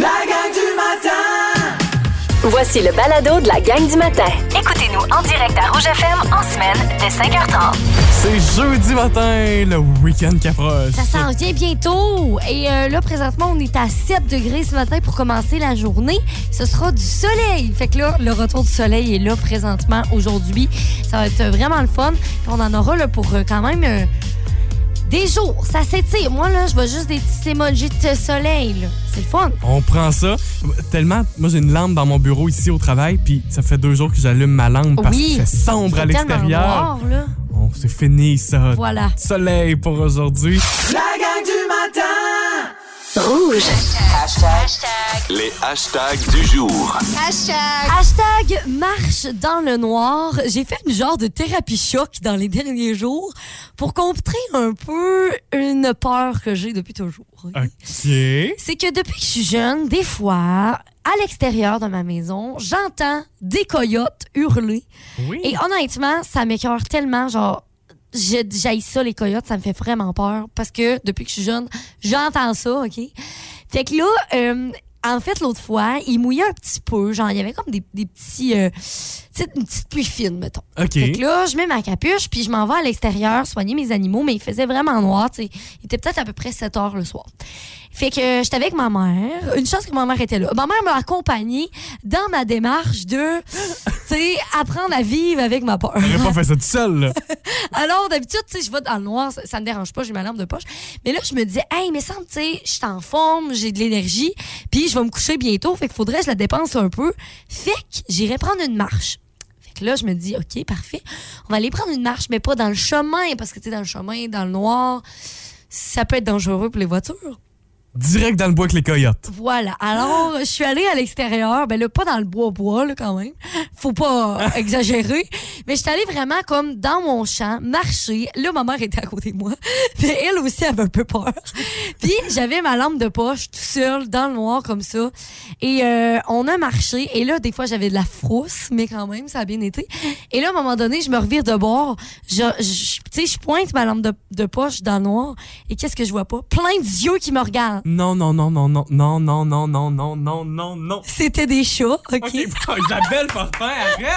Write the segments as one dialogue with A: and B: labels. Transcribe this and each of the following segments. A: La gang du matin
B: Voici le balado de la gang du matin.
C: Écoutez-nous en direct à Rouge FM en semaine de 5h30.
D: C'est jeudi matin, le week-end qui approche.
E: Ça s'en vient bientôt. Et euh, là, présentement, on est à 7 degrés ce matin pour commencer la journée. Ce sera du soleil. Fait que là, le retour du soleil est là présentement aujourd'hui. Ça va être euh, vraiment le fun. On en aura là, pour euh, quand même euh, des jours. Ça s'étire. Moi, là, je vois juste des petits emojis de soleil. là. C'est le fun.
D: On prend ça. Tellement, moi j'ai une lampe dans mon bureau ici au travail, puis ça fait deux jours que j'allume ma lampe parce
E: Oui.
D: qu'il fait sombre à
E: C'est tellement
D: l'extérieur.
E: noir, là.
D: On c'est fini ça.
E: Voilà.
D: Soleil pour aujourd'hui.
A: La gang du matin
F: Les hashtags du jour.
E: Hashtag marche dans le noir. J'ai fait une genre de thérapie choc dans les derniers jours pour contrer un peu une peur que j'ai depuis toujours.
D: OK.
E: C'est que depuis que je suis jeune, des fois, à l'extérieur de ma maison, j'entends des coyotes hurler.
D: Oui.
E: Et honnêtement, ça m'écœure tellement, genre, je- j'haïs ça, les coyotes, ça me fait vraiment peur. Parce que depuis que je suis jeune, j'entends ça, OK? Fait que là, euh, en fait, l'autre fois, il mouillait un petit peu. Genre, il y avait comme des, des petits. euh, tu sais, une petite pluie fine, mettons.
D: OK.
E: Fait que là, je mets ma capuche, puis je m'en vais à l'extérieur soigner mes animaux, mais il faisait vraiment noir, tu sais. Il était peut-être à peu près 7 heures le soir. Fait que euh, j'étais avec ma mère. Une chance que ma mère était là. Ma mère m'a accompagnée dans ma démarche de, tu sais, apprendre à vivre avec ma peur.
D: J'aurais pas fait ça tout seul. là.
E: Alors, d'habitude, tu sais, je vais dans le noir, ça, ça me dérange pas, j'ai ma lampe de poche. Mais là, je me dis, hey, mais semble, tu sais, je suis en forme, j'ai de l'énergie, puis je vais me coucher bientôt, fait qu'il faudrait que je la dépense un peu. Fait que j'irai prendre une marche. Fait que là, je me dis, OK, parfait, on va aller prendre une marche, mais pas dans le chemin, parce que, tu sais, dans le chemin, dans le noir, ça peut être dangereux pour les voitures.
D: Direct dans le bois avec les coyotes.
E: Voilà. Alors, je suis allée à l'extérieur. Ben là, pas dans le bois-bois, là, quand même. Faut pas exagérer. Mais je suis allée vraiment comme dans mon champ, marcher. Là, ma mère était à côté de moi. Mais elle aussi avait un peu peur. Puis, j'avais ma lampe de poche tout seul, dans le noir, comme ça. Et euh, on a marché. Et là, des fois, j'avais de la frousse, mais quand même, ça a bien été. Et là, à un moment donné, je me revire de bord. Je, je- tu sais, je pointe ma lampe de, de poche dans le noir. Et qu'est-ce que je vois pas? Plein d'yeux qui me regardent.
D: Non, non, non, non, non, non, non, non, non, non, non, non, non.
E: C'était des chats, OK?
D: OK, j'appelle Fortin, arrête.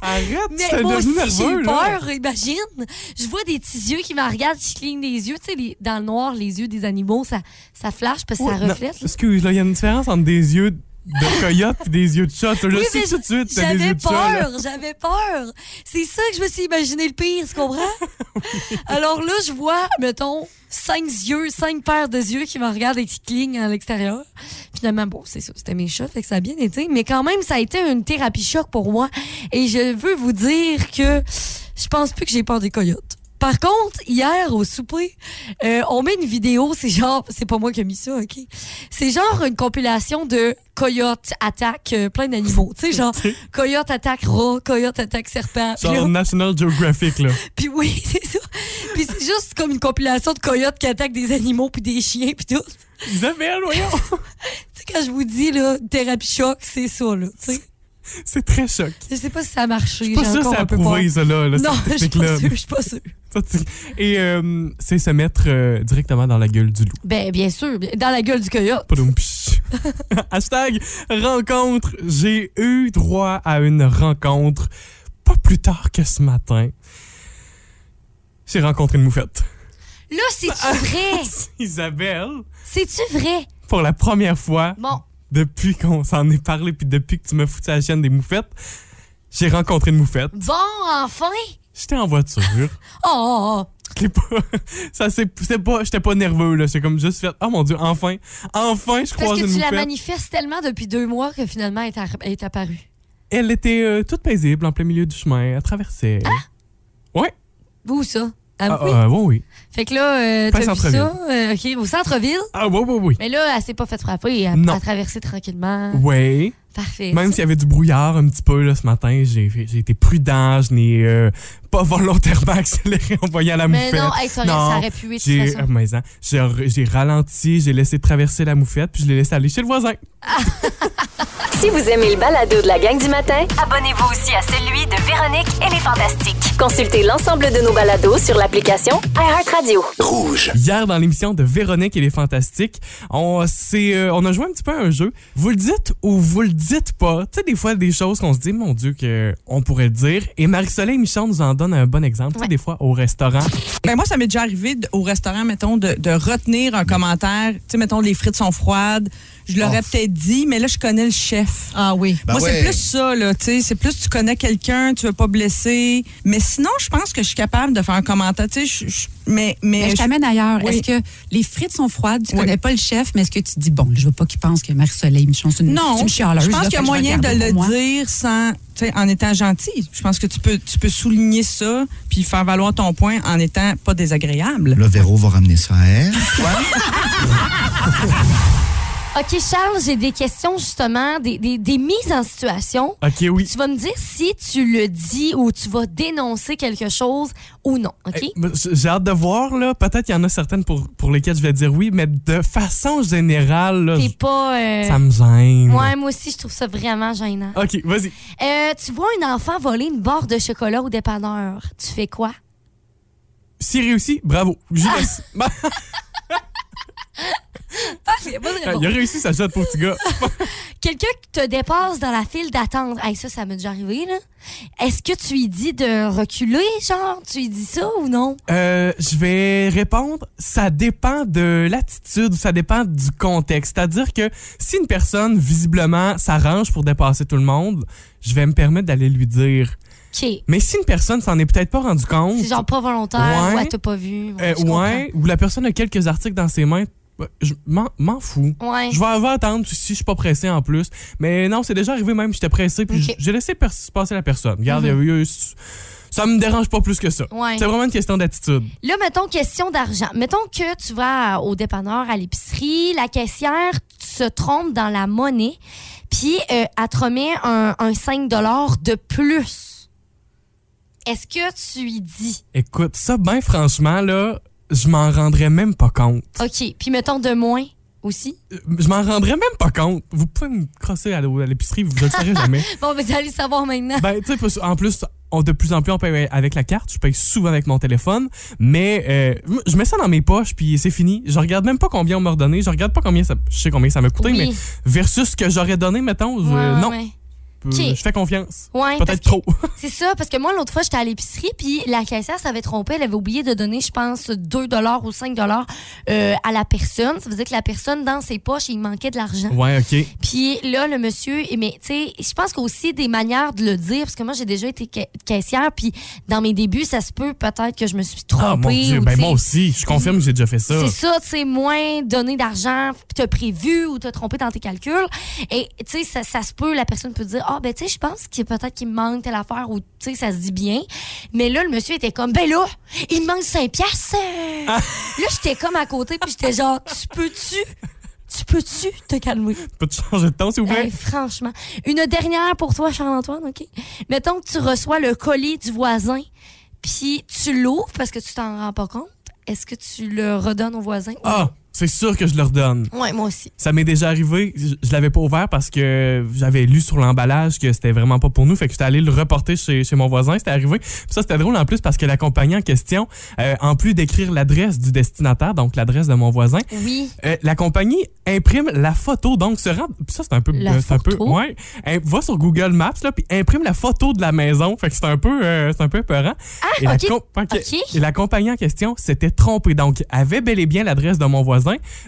D: Arrête,
E: Mais
D: t'es
E: moi aussi,
D: devenu nerveux
E: j'ai
D: là.
E: peur, imagine. Je vois des petits yeux qui me regardent, qui clignent des yeux. Tu sais, les- dans le noir, les yeux des animaux, ça, ça flash parce que
D: Ouais,
E: ça
D: non,
E: reflète. là.
D: Excuse, là, il y a une différence entre des yeux de coyote et des yeux de chat. Je
E: Oui,
D: sais
E: mais
D: tout de suite, t'as des
E: J'avais
D: yeux de hein. chat. là.
E: peur, j'avais peur. C'est ça que je me suis imaginé le pire, tu comprends? Alors là, je vois, mettons, cinq yeux, cinq paires de yeux qui me regardent et qui clignent à l'extérieur. Finalement, bon, c'est ça, c'était mes chats, fait que ça a bien été. Mais quand même, ça a été une thérapie choc pour moi. Et je veux vous dire que je pense plus que j'ai peur des coyotes. Par contre, hier au souper, euh, on met une vidéo, c'est genre, c'est pas moi qui ai mis ça, ok? C'est genre une compilation de coyotes attaque euh, plein d'animaux. tu sais, genre, coyote attaque rat, coyote attaque serpent. Puis là,
D: Genre National Geographic, là.
E: puis oui, c'est ça. Puis c'est juste comme une compilation de coyotes qui attaquent des animaux puis des chiens puis tout. Tu
D: Isabelle, voyons!
E: sais, quand je vous dis, là, thérapie choc, c'est ça, là. Tu sais,
D: C'est très choc.
E: je sais pas si ça a marché.
D: Je suis pas
E: j'ai
D: sûr que
E: encore
D: ça
E: un
D: a
E: peu
D: prouvé, ça, là, là,
E: peur. Non,
D: cette
E: je suis
D: technique-là.
E: pas sûre, je suis pas sûre.
D: Ça, tu- Et euh, c'est se mettre euh, directement dans la gueule du loup.
E: Ben, bien sûr, bien- dans la gueule du coyote.
D: Padoum, psh. Hashtag rencontre. J'ai eu droit à une rencontre pas plus tard que ce matin. J'ai rencontré une moufette.
E: Là,
D: Ah.
E: c'est-tu vrai?
D: Isabelle,
E: C'est-tu vrai?
D: pour la première fois,
E: Bon,
D: depuis qu'on s'en est parlé, puis depuis que tu m'as foutu à la chaîne des moufettes, j'ai rencontré une moufette.
E: bon, enfin!
D: J'étais en voiture.
E: Oh, oh, oh.
D: J'étais pas. Ça, c'est c'était pas. J'étais pas nerveux, là. J'étais comme juste fait. Oh mon Dieu, enfin. Enfin, je
E: Parce
D: croise
E: que
D: une
E: tu la
D: moufette.
E: manifestes tellement depuis deux mois que finalement, elle est ar- elle est apparue.
D: Elle était euh, toute paisible en plein milieu du chemin. Elle traversait. Ouais.
E: Où ça? À
D: Ah,
E: Ah, oui.
D: ah, ouais, oui.
E: Fait que là, euh,
D: Pas
E: t'as vu
D: centre-ville.
E: ça? euh, OK, au centre-ville?
D: Ah, ouais, ouais, oui.
E: Mais là, elle s'est pas fait frapper. Elle
D: Non.
E: a traversé tranquillement.
D: Ouais.
E: Parfait.
D: Même s'il y avait du brouillard un petit peu là, ce matin, j'ai j'ai été prudent. Je n'ai euh, pas volontairement accéléré en voyant la
E: mais
D: moufette.
E: non, hey, ça, aurait-
D: Non,
E: ça aurait pu être de toute
D: J'ai ah,
E: façon.
D: mais, hein, j'ai r- j'ai ralenti, j'ai laissé traverser la moufette, puis je l'ai laissé aller chez le voisin.
B: Si vous aimez le balado de la gang du matin,
G: Abonnez-vous aussi à celui de Véronique et les Fantastiques.
B: consultez l'ensemble de nos balados sur l'application iHeartRadio.
H: Rouge.
D: Hier, dans l'émission de Véronique et les Fantastiques, on, s'est, euh, on a joué un petit peu à un jeu. Vous le dites ou vous le dites pas. Tu sais, des fois, des choses qu'on se dit, mon Dieu, qu'on pourrait le dire. Et Marie-Soleil Michon nous en donne un bon exemple. Tu sais, des fois, au restaurant.
E: Ben moi, ça m'est déjà arrivé d- au restaurant, mettons, de, de retenir un commentaire. Tu sais, mettons, les frites sont froides. Je l'aurais peut-être dit, mais là, je connais le chef.
I: Ah oui.
J: Ben
E: moi,
J: ouais.
E: c'est plus ça, là. Tu sais, c'est plus tu connais quelqu'un, tu veux pas blesser. Mais sinon, je pense que je suis capable de faire un commentaire. Tu sais, je- je- mais, mais,
K: Mais je t'amène ailleurs.
E: Oui.
K: Est-ce que les frites sont froides? Tu
E: Oui.
K: connais pas le chef, mais est-ce que tu dis, bon, je veux pas qu'il pense que Marie-Soleil Michon, c'est une, c'est
E: Non,
K: une chialeuse,
E: je
K: Ah, là,
E: pense qu'il y
K: fait
E: a
K: que vais
E: moyen de
K: garder
E: le
K: pour moi.
E: dire sans, tu sais, en étant gentil. Je pense que tu peux, tu peux souligner ça puis faire valoir ton point en étant pas désagréable.
J: Là, Véro va ramener ça à elle.
I: OK, Charles, j'ai des questions justement, des, des, des mises en situation.
D: OK, oui.
I: Tu vas me dire si tu le dis ou tu vas dénoncer quelque chose ou non, OK?
D: Eh, ben, J'ai hâte de voir, là. Peut-être qu'il y en a certaines pour, pour lesquelles je vais dire oui, mais de façon générale, là,
I: T'es pas... euh,
D: je- ça me gêne.
I: Ouais, moi aussi, je trouve ça vraiment gênant.
D: OK, vas-y.
I: Euh, tu vois un enfant voler une barre de chocolat au dépanneur. Tu fais quoi?
D: Si réussi, bravo. J'y laisse.
I: Ah!
D: Bah, Bah, il a réussi sa shot pour petit gars.
I: Quelqu'un qui te dépasse dans la file d'attente. Hey, ça, ça m'est déjà arrivé, là. Est-ce que tu lui dis de reculer, genre? Tu lui dis ça ou non?
D: Euh, je vais répondre, ça dépend de l'attitude, ça dépend du contexte. C'est-à-dire que si une personne, visiblement, s'arrange pour dépasser tout le monde, je vais me permettre d'aller lui dire.
I: OK.
D: Mais si une personne s'en est peut-être pas rendu compte,
I: C'est genre pas volontaire
D: Ouais.
I: ou elle t'a pas vu.
D: euh,
I: je comprends.
D: ouais, ou la personne a quelques articles dans ses mains, bah, je m'en m'en fous.
I: Ouais.
D: Je vais avant attendre si je suis pas pressé en plus. Mais non, c'est déjà arrivé même, j'étais pressé, puis
I: Ok. Mhm.
D: j- j'ai laissé pers- passer la personne. Regarde, il y a eu- ça me dérange pas plus que ça.
I: Ouais.
D: C'est vraiment une question d'attitude.
I: Là, mettons question d'argent. Mettons que tu vas au dépanneur, à l'épicerie, la caissière se trompe dans la monnaie, puis euh, elle te remet un, un 5 de plus. Est-ce que tu lui dis?
D: Écoute, ça, ben franchement, là, je m'en rendrais même pas compte.
I: OK. Puis mettons de moins aussi.
D: Euh, Je m'en rendrais même pas compte. Vous pouvez me crosser à l'é- à l'épicerie, vous ne le saurez jamais.
I: Bon, mais vous allez savoir maintenant.
D: Ben, tu sais, parce- en plus, on, de plus en plus, on paye avec la carte. Je paye souvent avec mon téléphone. Mais euh, m- je mets ça dans mes poches, puis c'est fini. Je regarde même pas combien on m'a redonné. Je regarde pas combien ça... Je sais combien ça m'a coûté,
I: Oui.
D: mais versus ce que j'aurais donné, mettons, je-
I: Ouais,
D: non.
I: ouais.
D: Euh,
I: Ok.
D: Je fais confiance.
I: Ouais, parce
D: Peut-être
I: que-
D: trop.
I: C'est ça, parce que moi, l'autre fois, j'étais à l'épicerie, puis la caissière s'avait trompée. Elle avait oublié de donner, je pense, 2 ou 5 euh, à la personne. Ça faisait que la personne, dans ses poches, il manquait de l'argent.
D: ouais, OK.
I: Puis là, le monsieur, eh, mais tu sais, je pense qu'aussi des manières de le dire, parce que moi, j'ai déjà été ca- caissière, puis dans mes débuts, ça se peut peut-être que je me suis trompée.
D: Ah, mon Dieu.
I: ou,
D: Ben,
I: tu
D: moi
I: sais,
D: aussi. Je confirme que j'ai déjà fait ça.
I: c'est ça, tu sais, moins donner d'argent, puis t'as prévu ou t'as trompé dans tes calculs. Et, tu sais, ça, ça se peut, la personne peut dire, ah, ben, tu sais, je pense que peut-être qu'il me manque telle affaire ou, tu sais, ça se dit bien. Mais là, le monsieur était comme, ben là, il me manque 5 piastres. euh. Là, j'étais comme à côté, puis j'étais genre, tu peux-tu? Tu peux-tu te calmer?
D: Peux-tu changer de temps, s'il vous plaît?
I: Hey, franchement. Une dernière pour toi, Charles-Antoine, OK? Mettons que tu reçois le colis du voisin, puis tu l'ouvres parce que tu t'en rends pas compte. Est-ce que tu le redonnes au voisin?
D: Ah, c'est sûr que je leur donne.
I: Ouais, moi aussi.
D: Ça m'est déjà arrivé, je, je l'avais pas ouvert parce que j'avais lu sur l'emballage que c'était vraiment pas pour nous. Fait que j'étais allé le reporter chez, chez mon voisin, c'était arrivé. Puis ça, c'était drôle en plus parce que la compagnie en question, euh, en plus d'écrire l'adresse du destinataire, donc l'adresse de mon voisin,
I: Oui.
D: euh, la compagnie imprime la photo, donc se rend. puis Ça, c'est un peu.
I: La
D: euh, c'est un peu
I: photo?
D: ouais. Im- va sur Google Maps, là, puis imprime la photo de la maison. Fait que c'est un peu, euh, c'est un peu épeurant. et,
I: Ah, ok.
D: la com- ok.
I: Ok.
D: et la compagnie en question s'était trompée. Donc, avait bel et bien l'adresse de mon voisin,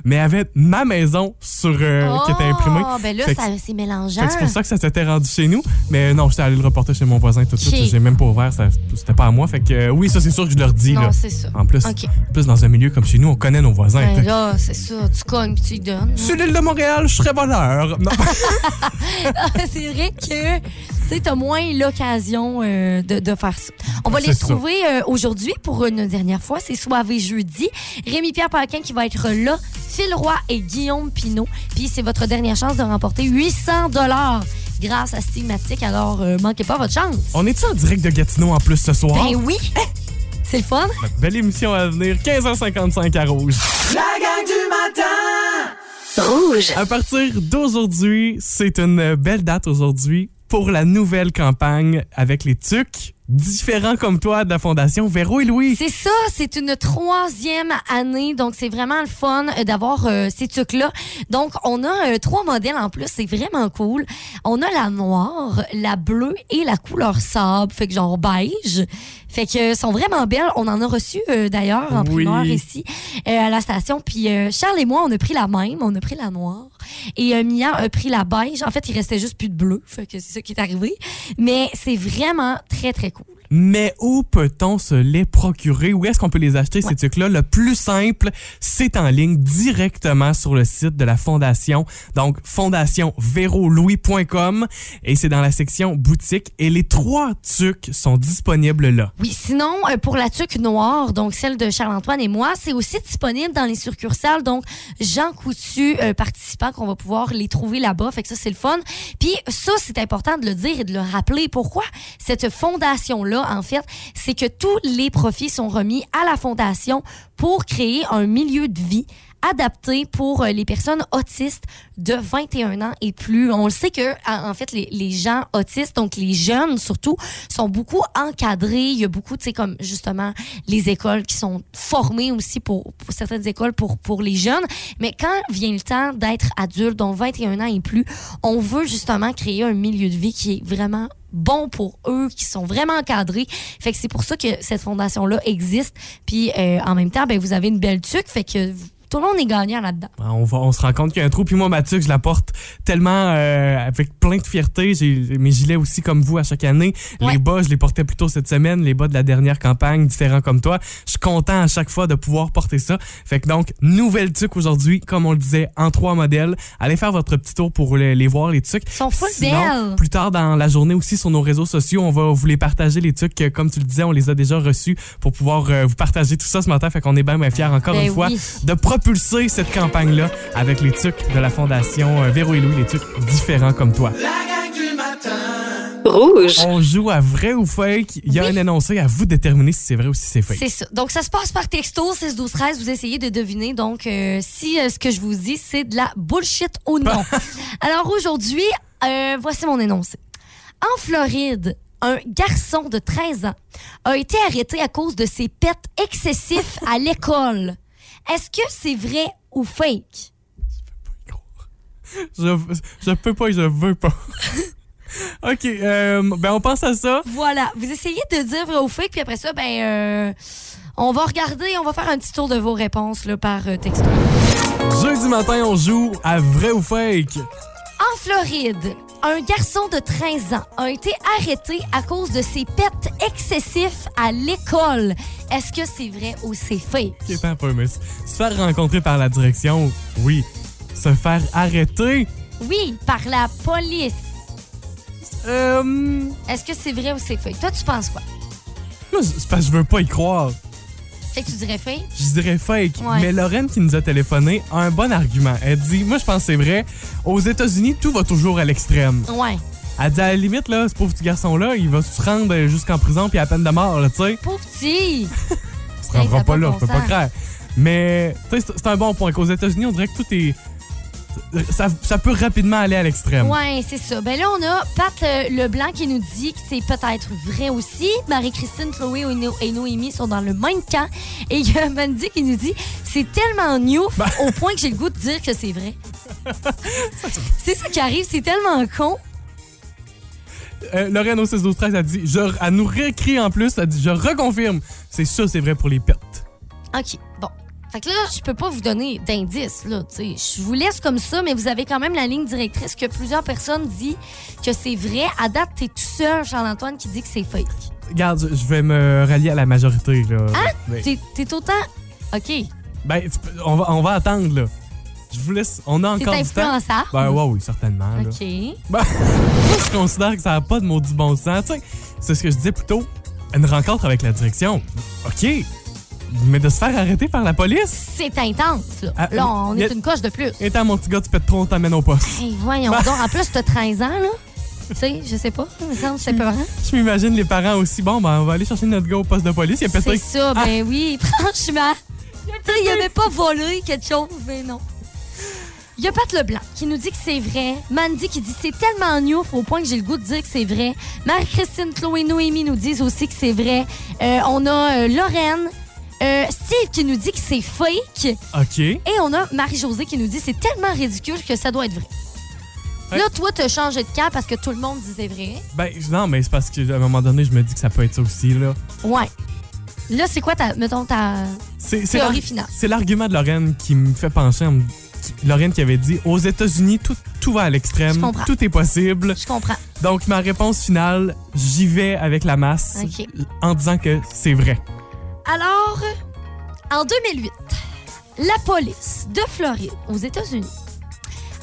D: mais avait ma maison sur, euh, qui était imprimée.
I: Ah, ben là,
D: Fait que-
I: ça- c'est
D: Fait
I: mélangeant.
D: que c'est pour ça que ça s'était rendu chez nous. Mais non, j'étais allé le reporter chez mon voisin tout de
I: Ok.
D: suite. J'ai même pas ouvert, ça- c'était pas à moi. Fait que euh, oui, ça, c'est sûr que je leur dis. là.
I: Non, c'est ça.
D: En plus,
I: Ok.
D: en plus, dans un milieu comme chez nous, on connaît nos voisins.
I: Ben
D: Fait-
I: là, c'est ça. Tu cognes, puis tu lui donnes.
D: sur l'île de Montréal, je serais voleur. Non.
I: c'est vrai que tu sais, t'as moins l'occasion euh, de, de faire ça. On va
D: C'est
I: les
D: ça.
I: retrouver euh, aujourd'hui pour une dernière fois. C'est Soivé jeudi. Rémi-Pierre Paquin qui va être là. Phil Roy et Guillaume Pinault. Puis c'est votre dernière chance de remporter 800 dollars grâce à Stigmatic. Alors, euh, manquez pas votre chance.
D: On est-tu en direct de Gatineau en plus ce soir?
I: Ben oui!
D: Eh.
I: C'est le fun?
D: Belle émission à venir, 15h55 à Rouge.
A: La gang du matin
B: Rouge.
D: À partir d'aujourd'hui, c'est une belle date aujourd'hui pour la nouvelle campagne avec les TUC, différents comme toi de la Fondation Véro et Louis.
I: C'est ça, c'est une troisième année, donc c'est vraiment le fun euh, d'avoir euh, ces trucs-là. Donc, on a euh, trois modèles en plus, c'est vraiment cool. On a la noire, la bleue et la couleur sable, fait que genre beige. Fait que euh, sont vraiment belles. On en a reçu euh, d'ailleurs en
D: Oui.
I: primeur ici euh, à la station. Puis euh, Charles et moi, on a pris la même, on a pris la noire. Et euh, Mia a pris la beige. En fait, il restait juste plus de bleu. Fait que c'est ça qui est arrivé. Mais c'est vraiment très, très cool.
D: Mais où peut-on se les procurer? Où est-ce qu'on peut les acheter, ces trucs-là? Le plus simple, c'est en ligne directement sur le site de la Fondation. Donc, fondationverolouis.com. Et c'est dans la section boutique. Et les trois trucs sont disponibles là.
I: Oui, sinon, euh, pour la tuque noire, donc celle de Charles-Antoine et moi, c'est aussi disponible dans les succursales. Donc, Jean Coutu, euh, participant, qu'on va pouvoir les trouver là-bas. Fait que ça, c'est le fun. Puis, ça, c'est important de le dire et de le rappeler. Pourquoi? Cette fondation-là, en fait, c'est que tous les profits sont remis à la fondation pour créer un milieu de vie adapté pour euh, les personnes autistes de 21 ans et plus. On le sait que, en en fait, les, les gens autistes, donc les jeunes surtout, sont beaucoup encadrés. Il y a beaucoup, tu sais, comme justement les écoles qui sont formées aussi pour, pour certaines écoles pour, pour les jeunes. Mais quand vient le temps d'être adulte, donc 21 ans et plus, on veut justement créer un milieu de vie qui est vraiment bon pour eux, qui sont vraiment encadrés. Fait que c'est pour ça que cette fondation-là existe. Puis euh, en même temps, ben, vous avez une belle tuque, fait que vous- tout le monde est gagnant là-dedans.
D: Ah, On, va, on se rend compte qu'il y a un trou. Puis moi, ma tuque, je la porte tellement euh, avec plein de fierté. J'ai mes gilets aussi comme vous à chaque année. Les
I: Ouais.
D: bas, je les portais plutôt cette semaine. Les bas de la dernière campagne, différents comme toi. Je suis content à chaque fois de pouvoir porter ça. Fait que donc, nouvelle tuque aujourd'hui, comme on le disait, en trois modèles. Allez faire votre petit tour pour les, les voir, les tuques.
I: Ils sont full
D: Sinon,
I: belles.
D: Plus tard dans la journée aussi sur nos réseaux sociaux, on va vous les partager les trucs. euh, Comme tu le disais, on les a déjà reçus pour pouvoir euh, vous partager tout ça ce matin. Fait qu'on est bien, bien fiers encore
I: Ben
D: une fois
I: oui.
D: de propulser cette campagne-là avec les trucs de la Fondation euh, Véro et Louis, les trucs différents comme toi.
L: La gang du matin.
B: Rouge.
D: On joue à vrai ou fake. Il y a
I: Oui.
D: un énoncé à vous déterminer si c'est vrai ou si c'est fake.
I: C'est ça. Donc, ça se passe par texto, 16, 12, 13. Vous essayez de deviner. Donc, euh, si euh, ce que je vous dis, c'est de la bullshit ou non. Alors, aujourd'hui, euh, voici mon énoncé. En Floride, un garçon de 13 ans a été arrêté à cause de ses pets excessifs à l'école. Est-ce que c'est vrai ou fake?
D: Je, je peux pas et je veux pas. OK, euh, ben on pense à ça.
I: Voilà. Vous essayez de dire vrai ou fake, puis après ça, ben, euh, on va regarder, on va faire un petit tour de vos réponses là, par euh, texto.
D: Jeudi matin, on joue à vrai ou fake.
I: En Floride, un garçon de 13 ans a été arrêté à cause de ses pets excessifs à l'école. Est-ce que c'est vrai ou c'est fake?
D: Ok, attends un peu, mais se se faire rencontrer par la direction, oui. Se faire arrêter,
I: Oui, par la police.
D: euh,
I: Est-ce que c'est vrai ou c'est fake? Toi, tu penses quoi?
D: moi, je- c'est parce que je veux pas y croire.
I: Fait que tu dirais fake?
D: Je dirais fake.
I: Ouais.
D: Mais Lorraine qui nous a téléphoné a un bon argument. Elle dit, moi je pense que c'est vrai, aux États-Unis, tout va toujours à l'extrême.
I: Ouais.
D: Elle dit, à la limite, là, ce pauvre petit garçon-là, il va se rendre jusqu'en prison puis à peine de mort, là, tu sais.
I: Pauvre petit!
D: On se rendra
I: ça
D: pas
I: a pas de
D: là,
I: bon
D: je peux pas
I: sens.
D: croire. Mais, tu sais, c'est- c'est un bon point. Qu'aux États-Unis, on dirait que tout est... Ça, ça peut rapidement aller à l'extrême.
I: Ouais, c'est ça. Ben là, on a Pat euh, Leblanc qui nous dit que c'est peut-être vrai aussi. Marie-Christine, Chloé et No- et Noémie sont dans le même camp. Et il y a Mandy qui nous dit c'est tellement new au point que j'ai le goût de dire que c'est vrai. c'est ça qui arrive, c'est tellement con.
D: Euh, Lorraine au 16 13 a dit, je, elle nous réécrit en plus, elle dit, je reconfirme, c'est sûr, c'est vrai pour les pertes.
I: OK, bon. Fait que là, je peux pas vous donner d'indices, là, tu sais. Je vous laisse comme ça, mais vous avez quand même la ligne directrice que plusieurs personnes disent que c'est vrai. À date, t'es tout seul, Charles-Antoine, qui dit que c'est fake.
D: Regarde, je- je vais me rallier à la majorité. Là. Mais-
I: T'es- T'es autant... OK,
D: ben, tu peux- on, va, on va attendre. Là. Je vous laisse, on a
I: t'es
D: encore du temps.
I: influençable.
D: Ben, ouais, oui, certainement. là.
I: OK.
D: Ben, moi, je considère que ça n'a pas de maudit bon sens. Tu sais, c'est ce que je disais plus tôt, une rencontre avec la direction. OK, mais de se faire arrêter par la police?
I: C'est intense, là.
D: Ah,
I: là, on
D: y a-
I: est une coche de plus. Bah.
D: Et tant, mon petit gars, tu pètes trop, on t'amène au poste.
I: Hey, voyons donc. En plus, t'as 13 ans, là. Tu sais, je sais pas. hein. Il me semble que c'est peurant.
D: Je m'imagine les parents aussi. Bon, ben, on va aller chercher notre gars au poste de police. Il y a
I: C'est
D: peut-être
I: ça, ben oui. Franchement. Tu sais, il avait pas volé quelque chose, mais non. Il y a Pat Leblanc qui nous dit que c'est vrai. Mandy qui dit c'est tellement new au point que j'ai le goût de dire que c'est vrai. Marie-Christine, Chloé, Noémie nous disent aussi que c'est vrai. Euh, on a euh, Lorraine. Euh, Steve qui nous dit que c'est fake.
D: OK.
I: Et on a Marie-Josée qui nous dit c'est tellement ridicule que ça doit être vrai.
D: Ouais.
I: Là, toi, t'as changé de camp parce que tout le monde disait vrai.
D: Ben, non, mais c'est parce qu'à un moment donné, je me dis que ça peut être ça aussi, là.
I: Ouais. Là, c'est quoi ta, mettons, ta
D: C'est c'est
I: théorie
D: l'arg-
I: finale?
D: c'est l'argument de Lorraine qui me fait penser. en me- qui- Lorraine qui avait dit aux États-Unis, tout, tout va à
I: Je
D: l'extrême,
I: comprends.
D: tout est possible.
I: Je comprends.
D: Donc, ma réponse finale, j'y vais avec la masse
I: Ok.
D: en disant que c'est vrai.
I: Alors, en 2008, la police de Floride, aux États-Unis,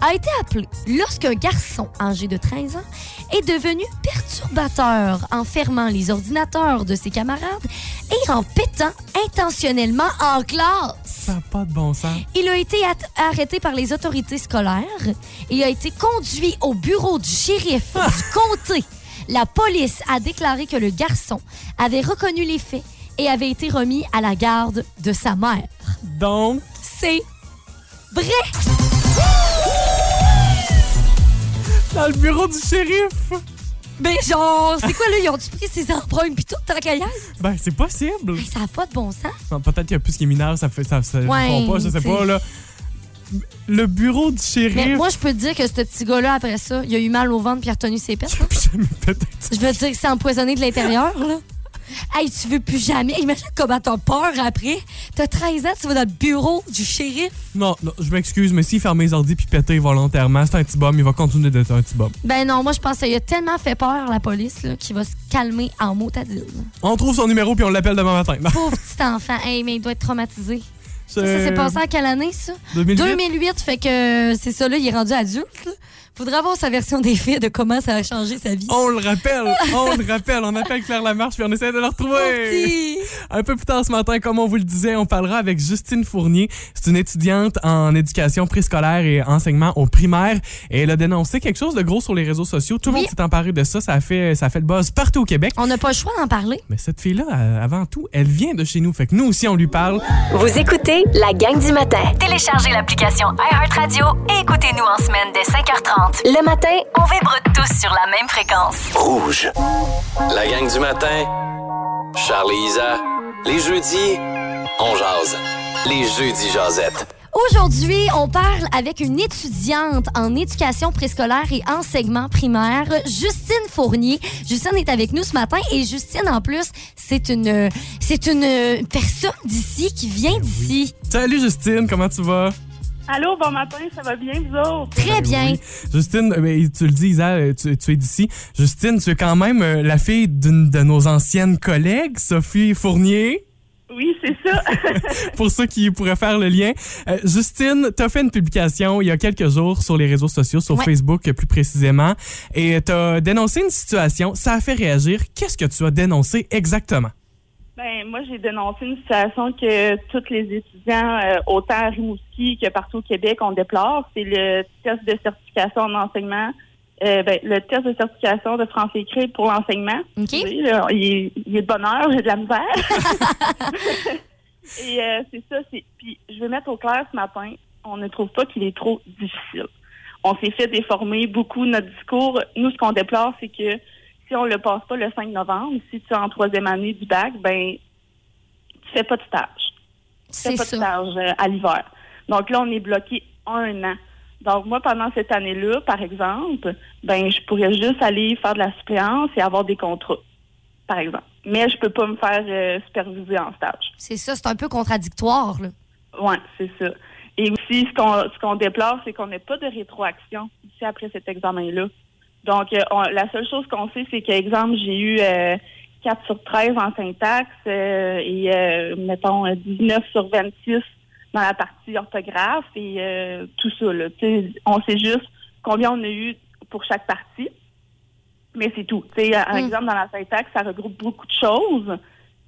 I: a été appelée lorsqu'un garçon âgé de 13 ans est devenu perturbateur en fermant les ordinateurs de ses camarades et en pétant intentionnellement en classe.
D: Ça n'a pas de bon sens.
I: Il a été at- arrêté par les autorités scolaires. Il a été conduit au bureau du shérif du comté. La police a déclaré que le garçon avait reconnu les faits et avait été remis à la garde de sa mère.
D: Donc,
I: C'est vrai.
D: dans le bureau du shérif,
I: Mais genre, c'est quoi là? Ils ont-tu pris ses empreintes puis tout tant qu'à y être?
D: ben, c'est possible.
I: Hey, Ça n'a pas de bon sens.
D: Non, Peut-être qu'il y a plus qui est mineur, ça fait ça, ça ils
I: Ouais,
D: font pas, je sais
I: t'sais.
D: pas, là. Le bureau du shérif.
I: Mais moi, je peux te dire que ce petit gars-là, après ça, il a eu mal au ventre puis il a retenu ses pertes. hein.
D: peut-être.
I: Je veux dire que c'est empoisonné de l'intérieur, là. Hey, tu veux plus jamais. Imagine comment t'as peur après. T'as 13 ans, tu vas dans le bureau du shérif.
D: Non, non, je m'excuse, mais s'il ferme les ordi puis péter volontairement, c'est un petit bum, il va continuer d'être un petit bum.
I: Ben non, moi, je pense qu'il a tellement fait peur, la police, là, qu'il va se calmer en motadine.
D: On trouve son numéro puis on l'appelle demain matin. Bah, Non,
I: Pauvre petit enfant. Hey, mais il doit être traumatisé. Ça, ça
D: c'est-
I: s'est passé en quelle année, ça?
D: 2008.
I: 2008, fait que euh, c'est ça, là, il est rendu adulte. là. Faudra avoir sa version des faits de comment ça a changé sa vie.
E: Oh.
D: On le rappelle, on le rappelle, on appelle Claire Lamarche puis on essaie de le retrouver.
I: Petit.
D: Un peu plus tard ce matin, comme on vous le disait, on parlera avec Justine Fournier. C'est une étudiante en éducation préscolaire et enseignement au primaire. Et elle a dénoncé quelque chose de gros sur les réseaux sociaux. Tout le
I: Oui.
D: monde s'est emparé de ça. Ça a fait, ça a fait le buzz partout au Québec.
I: On n'a pas le choix d'en parler.
D: Mais cette fille-là, euh, avant tout, elle vient de chez nous. Fait que nous aussi, on lui parle.
B: Vous écoutez la gang du matin.
C: Téléchargez l'application iHeartRadio et écoutez-nous en semaine dès 5h30.
B: Le matin,
C: On vibre tous sur la même fréquence.
F: Rouge. La gang du matin. Charlie Isa. Les jeudis, on jase. Les jeudis jasettes.
I: Aujourd'hui, on parle avec une étudiante en éducation préscolaire et enseignement primaire, Justine Fournier. Justine est avec nous ce matin et Justine, en plus, c'est une, c'est une personne d'ici qui vient d'ici.
D: Salut Justine, comment tu vas?
M: Allô, bon matin, ça va bien, vous autres?
I: Très
D: Ben
I: bien.
D: oui. Justine, euh, ben, tu le dis, Isa, euh, tu, tu es d'ici. Justine, tu es quand même euh, la fille d'une de nos anciennes collègues, Sophie Fournier,
M: Oui, c'est ça.
D: pour ceux qui pourraient faire le lien. Euh, Justine, tu as fait une publication il y a quelques jours sur les réseaux sociaux, sur
I: Ouais.
D: Facebook euh, plus précisément, et tu as dénoncé une situation. Ça a fait réagir. Qu'est-ce que tu as dénoncé exactement?
M: ben, moi, j'ai dénoncé une situation que tous les étudiants, euh, autant à Rimouski que partout au Québec, on déplore. C'est le test de certification en enseignement, euh, ben, le test de certification de français écrit pour l'enseignement.
I: OK.
M: Oui, là, il, est, il est de bonne heure, j'ai de la misère. Et euh, c'est ça. c'est- Puis je vais mettre au clair ce matin, on ne trouve pas qu'il est trop difficile. On s'est fait déformer beaucoup notre discours. Nous, ce qu'on déplore, c'est que si on le passe pas le 5 novembre, si tu es en troisième année du bac, ben tu fais pas de stage
I: C'est
M: pas de
I: ça.
M: stage euh, à l'hiver. Donc là, on est bloqué un an. Donc moi, pendant cette année-là, par exemple, ben je pourrais juste aller faire de la suppléance et avoir des contrats, par exemple. Mais je peux pas me faire euh, superviser en stage.
I: C'est ça, c'est un peu contradictoire. là.
M: Ouais, c'est ça. Et aussi, ce qu'on ce qu'on déplore, c'est qu'on n'a pas de rétroaction ici après cet examen-là. Donc, euh, on- la seule chose qu'on sait, c'est qu'exemple, j'ai eu euh, 4 sur 13 en syntaxe euh, et, euh, mettons, euh, 19 sur 26 dans la partie orthographe et euh, tout ça. Là. Tu sais, On sait juste combien on a eu pour chaque partie, mais c'est tout. Tu sais, un
I: Mm.
M: exemple, dans la syntaxe, ça regroupe beaucoup de choses,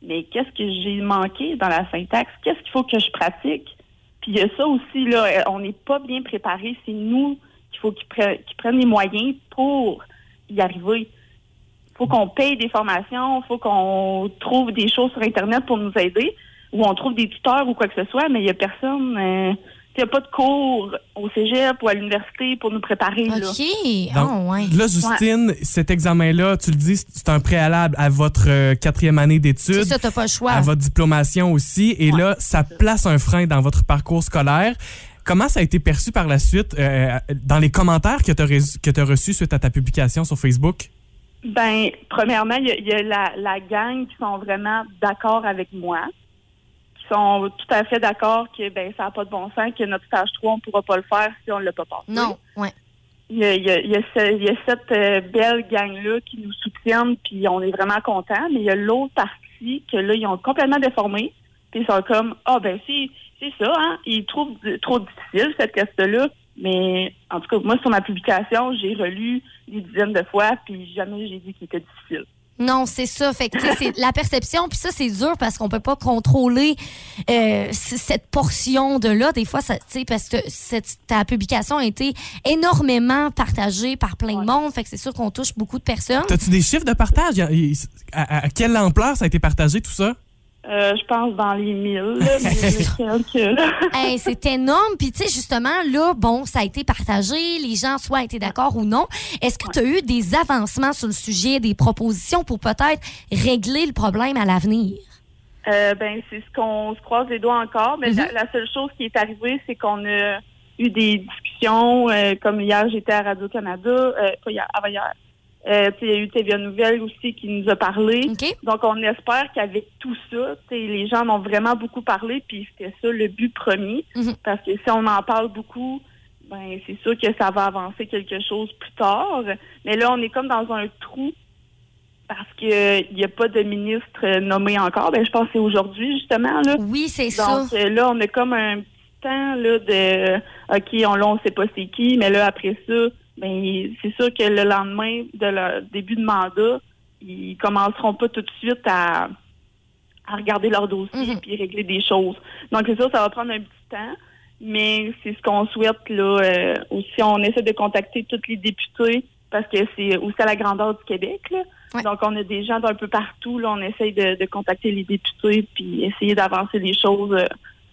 M: mais qu'est-ce que j'ai manqué dans la syntaxe? Qu'est-ce qu'il faut que je pratique? Puis il y a ça aussi, là, euh, on n'est pas bien préparé. C'est nous qu'il faut qu'ils pre- qu'ils prennent les moyens pour y arriver. faut qu'on paye des formations, faut qu'on trouve des choses sur Internet pour nous aider, ou on trouve des tuteurs ou quoi que ce soit, mais il n'y a personne euh, qu'il n'y a pas de cours au cégep ou à l'université pour nous préparer. là.
D: Donc,
I: Ah,
D: Là, Justine, cet examen-là, tu le dis, c'est- c'est un préalable à votre euh, quatrième année d'études.
I: C'est ça, t'as pas le choix.
D: à votre diplomation aussi. Et là, ça place un frein dans votre parcours scolaire. Comment ça a été perçu par la suite euh, dans les commentaires que tu as reçus reçu suite à ta publication sur Facebook?
M: Ben, premièrement, il y a, il y a la, la gang qui sont vraiment d'accord avec moi, qui sont tout à fait d'accord que ben ça n'a pas de bon sens, que notre stage 3, on ne pourra pas le faire si on ne l'a pas passé.
I: Non, ouais.
M: Il y a, il y a- il y a ce- il y a cette euh, belle gang-là qui nous soutiennent, puis on est vraiment contents, mais il y a l'autre partie que là, ils ont complètement déformé, puis ils sont comme, ah ben c'est c'est ça, hein, ils trouvent d- trop difficile cette question-là, mais en tout cas, moi, sur ma publication, j'ai relu des dizaines de fois, puis jamais j'ai dit qu'il était difficile.
I: Non, c'est ça. Fait que, tu sais, c'est la perception, puis ça, c'est dur parce qu'on peut pas contrôler euh, c- cette portion de là. Des fois, ça, tu sais, parce que cette, ta publication a été énormément partagée par plein de monde. Fait que c'est sûr qu'on touche beaucoup de personnes.
D: T'as-tu des chiffres de partage? Y a- y- À, à quelle ampleur ça a été partagé, tout ça?
M: Euh, je pense dans les mille, là, mille quelques, là.
I: Hey, c'est énorme. Puis, tu sais, justement, là, bon, ça a été partagé. Les gens, soit étaient d'accord ou non. Est-ce que tu as eu des avancements sur le sujet, des propositions pour peut-être régler le problème à l'avenir?
M: Euh, ben, c'est ce qu'on se croise les doigts encore, mais la, la seule chose qui est arrivée, c'est qu'on a eu des discussions, euh, comme hier, j'étais à Radio-Canada, euh, pas hier, avant-hier. Euh, puis il y a eu TVA Nouvelle aussi qui nous a parlé.
I: OK.
M: Donc, on espère qu'avec tout ça, tu sais, les gens en ont vraiment beaucoup parlé, puis c'était ça le but premier.
I: Mhm.
M: Parce que si on en parle beaucoup, ben c'est sûr que ça va avancer quelque chose plus tard. Mais là, on est comme dans un trou parce qu'il n'y a pas de ministre euh, nommé encore. Ben, je pense que c'est aujourd'hui, justement. Là.
I: Oui, c'est ça.
M: Donc euh, là, on a comme un petit temps là, de euh, OK, on, là, on sait pas c'est qui, mais là, après ça, ben, c'est sûr que le lendemain de leur début de mandat, ils commenceront pas tout de suite à, à regarder leur dossier
I: Mhm.
M: puis régler des choses. Donc c'est sûr, ça va prendre un petit temps, mais c'est ce qu'on souhaite là. euh, aussi, on essaie de contacter tous les députés parce que c'est aussi à la grandeur du Québec. Là.
I: Ouais.
M: Donc on a des gens d'un peu partout. Là, on essaye de, de contacter les députés puis essayer d'avancer les choses euh,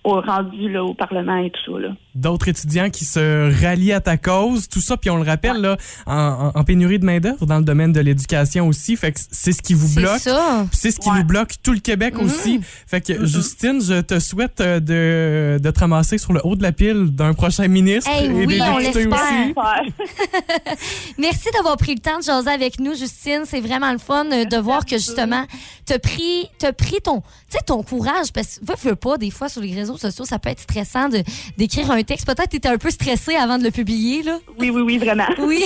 M: au rendu là, au Parlement et tout ça. Là.
D: D'autres étudiants qui se rallient à ta cause, tout ça, puis on le rappelle, là, en, en- en pénurie de main-d'œuvre dans le domaine de l'éducation aussi. Fait que c'est ce qui vous
I: C'est
D: bloque.
I: ça.
D: Puis C'est ce qui nous bloque tout le Québec
I: Mm-hmm.
D: aussi. Fait que, Justine, je te souhaite euh, de, de te ramasser sur le haut de la pile d'un prochain ministre
I: Hey,
D: et
I: oui,
D: des
I: on
D: députés
I: l'espère.
D: aussi.
I: Merci d'avoir pris le temps de jaser avec nous, Justine. C'est vraiment le fun euh, de voir que justement, t'as pris, t'as pris ton, tu sais, ton courage. Parce que, veux, veux pas, des fois, sur les réseaux sociaux, ça peut être stressant de, d'écrire un texte. Peut-être que t'étais un peu stressé avant de le publier, là.
M: Oui, oui, oui, vraiment.
I: Oui.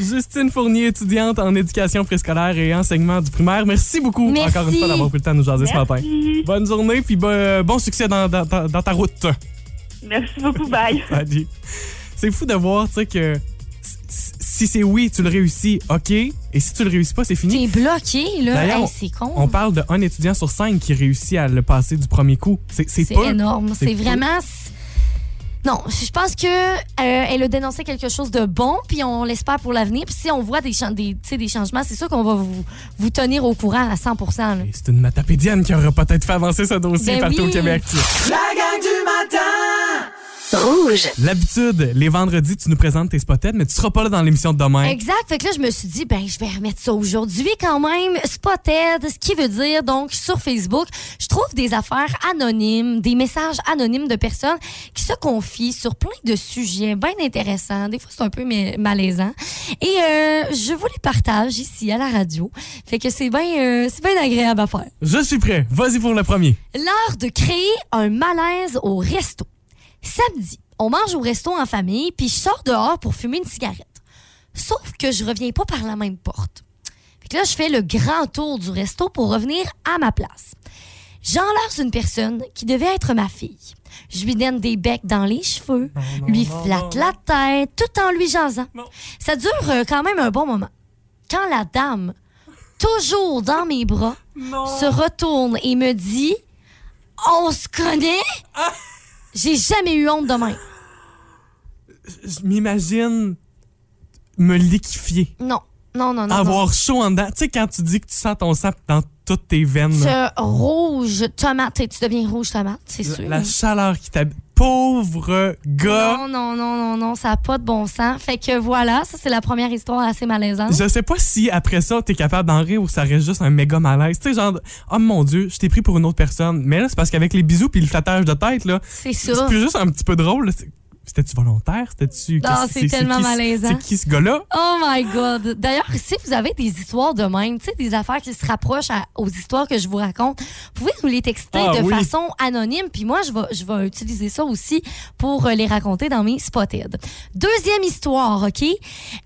D: Justine Fournier, étudiante en éducation préscolaire et enseignement du primaire. Merci beaucoup
I: Merci.
D: encore une fois d'avoir pris le temps de nous jaser ce matin.
M: Merci.
D: Bonne journée puis bon, euh, bon succès dans, dans- dans- dans ta route.
M: Merci beaucoup, bye.
D: Salut. C'est fou de voir, tu sais, que si- si c'est oui, tu le réussis, OK. Et si tu le réussis pas, c'est fini.
I: T'es bloqué, là.
D: D'ailleurs,
I: Hey,
D: on-
I: c'est con.
D: On parle de un étudiant sur cinq qui réussit à le passer du premier coup. C'est c'est
I: C'est
D: peu.
I: énorme.
D: C'est
I: C'est
D: peu.
I: vraiment. c- Non, je pense que euh, elle a dénoncé quelque chose de bon, puis on l'espère pour l'avenir. Puis si on voit des, chan- des, tu sais, des changements, c'est sûr qu'on va vous, vous tenir au courant à 100 là.
D: Et C'est une matapédienne qui aura peut-être fait avancer ce dossier
I: Ben
D: partout au
I: oui.
D: Québec.
A: La gang du matin
B: Rouge.
D: L'habitude, les vendredis, tu nous présentes tes spotheads, mais tu seras pas là dans l'émission de demain.
I: Exact. Fait que là, je me suis dit, ben, je vais remettre ça aujourd'hui quand même. Spotted, ce qui veut dire, donc, sur Facebook, je trouve des affaires anonymes, des messages anonymes de personnes qui se confient sur plein de sujets bien intéressants. Des fois, c'est un peu ma- malaisant. Et euh, je vous les partage ici à la radio. Fait que c'est bien euh, c'est bien agréable à faire.
D: Je suis prêt. Vas-y pour le premier.
I: L'art de créer un malaise au resto. Samedi, on mange au resto en famille, puis je sors dehors pour fumer une cigarette. Sauf que je reviens pas par la même porte. Fait que là, je fais le grand tour du resto pour revenir à ma place. J'enlace une personne qui devait être ma fille. Je lui donne des becs dans les cheveux, lui flatte la tête, tout en lui jasant. Ça dure euh, quand même un bon moment. Quand la dame, toujours dans mes bras, se retourne et me dit On se connaît J'ai jamais eu honte de même.
D: Je m'imagine me liquifier,
I: Non, non, non, non. non.
D: avoir chaud en dedans. Tu sais, quand tu dis que tu sens ton sang dans toutes tes veines, là,
I: Ce rouge tomate, tu deviens rouge tomate, c'est
D: la-
I: sûr.
D: la chaleur qui t'habite. pauvre gars.
I: Non, non, non, non, non, ça n'a pas de bon sens. Fait que voilà, ça, c'est la première histoire assez malaisante.
D: Je sais pas si après ça, t'es capable d'en rire ou ça reste juste un méga malaise. Tu sais, genre, oh mon Dieu, je t'ai pris pour une autre personne. Mais là, c'est parce qu'avec les bisous puis le flattage de tête, là,
I: C'est
D: c'est
I: ça.
D: plus juste un petit peu drôle. là. C'est- C'était-tu volontaire? C'était-tu.
I: Non,
D: qu'est-ce-
I: c'est tellement
D: qui ce-
I: malaisant.
D: C'est qui ce gars-là?
I: Oh my God. D'ailleurs, si vous avez des histoires de même, tu sais, des affaires qui se rapprochent à- aux histoires que je vous raconte, vous pouvez nous les texter
D: Ah
I: de
D: oui.
I: façon anonyme. Puis moi, je vais, je vais utiliser ça aussi pour euh, les raconter dans mes Spotted. Deuxième histoire, OK?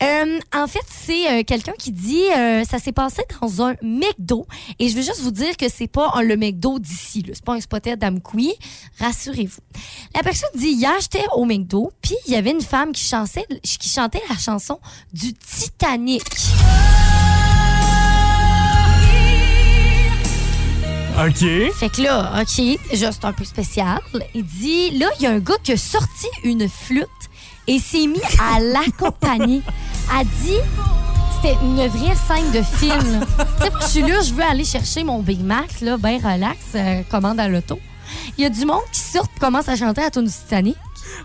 I: Euh, en fait, c'est euh, quelqu'un qui dit euh, ça s'est passé dans un McDo. Et je veux juste vous dire que c'est pas un- le McDo d'ici. là. C'est pas un Spotted d'Amkoui. Rassurez-vous. La personne dit hier, j'étais au McDo, puis il y avait une femme qui chantait, qui chantait la chanson du Titanic.
D: OK.
I: Fait que là, OK, déjà, c'est un peu spécial. Il dit là, il y a un gars qui a sorti une flûte et s'est mis à l'accompagner. A dit c'était une vraie scène de film. là. tu sais, moi, je suis là, je veux aller chercher mon Big Mac, là, ben relax, euh, commande à l'auto. Il y a du monde qui sort et commence à chanter la tune du Titanic.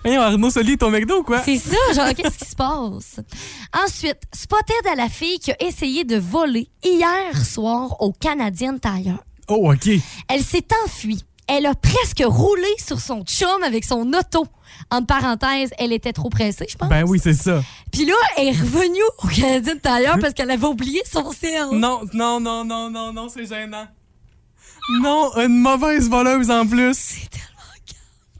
D: Voyons, Arnaud Soli, ton McDo ou quoi?
I: C'est ça, genre, qu'est-ce qui se passe? Ensuite, spotted à la fille qui a essayé de voler hier soir au Canadian Tire.
D: Oh, OK.
I: Elle s'est enfuie. Elle a presque roulé sur son chum avec son auto. En parenthèse, elle était trop pressée, je pense.
D: Ben oui, c'est ça.
I: Puis là, elle est revenue au Canadian
D: Hein?
I: Tire parce qu'elle avait oublié son sel.
D: Non, non, non, non, non, non, c'est gênant. Non, une mauvaise voleuse en plus. C'est tellement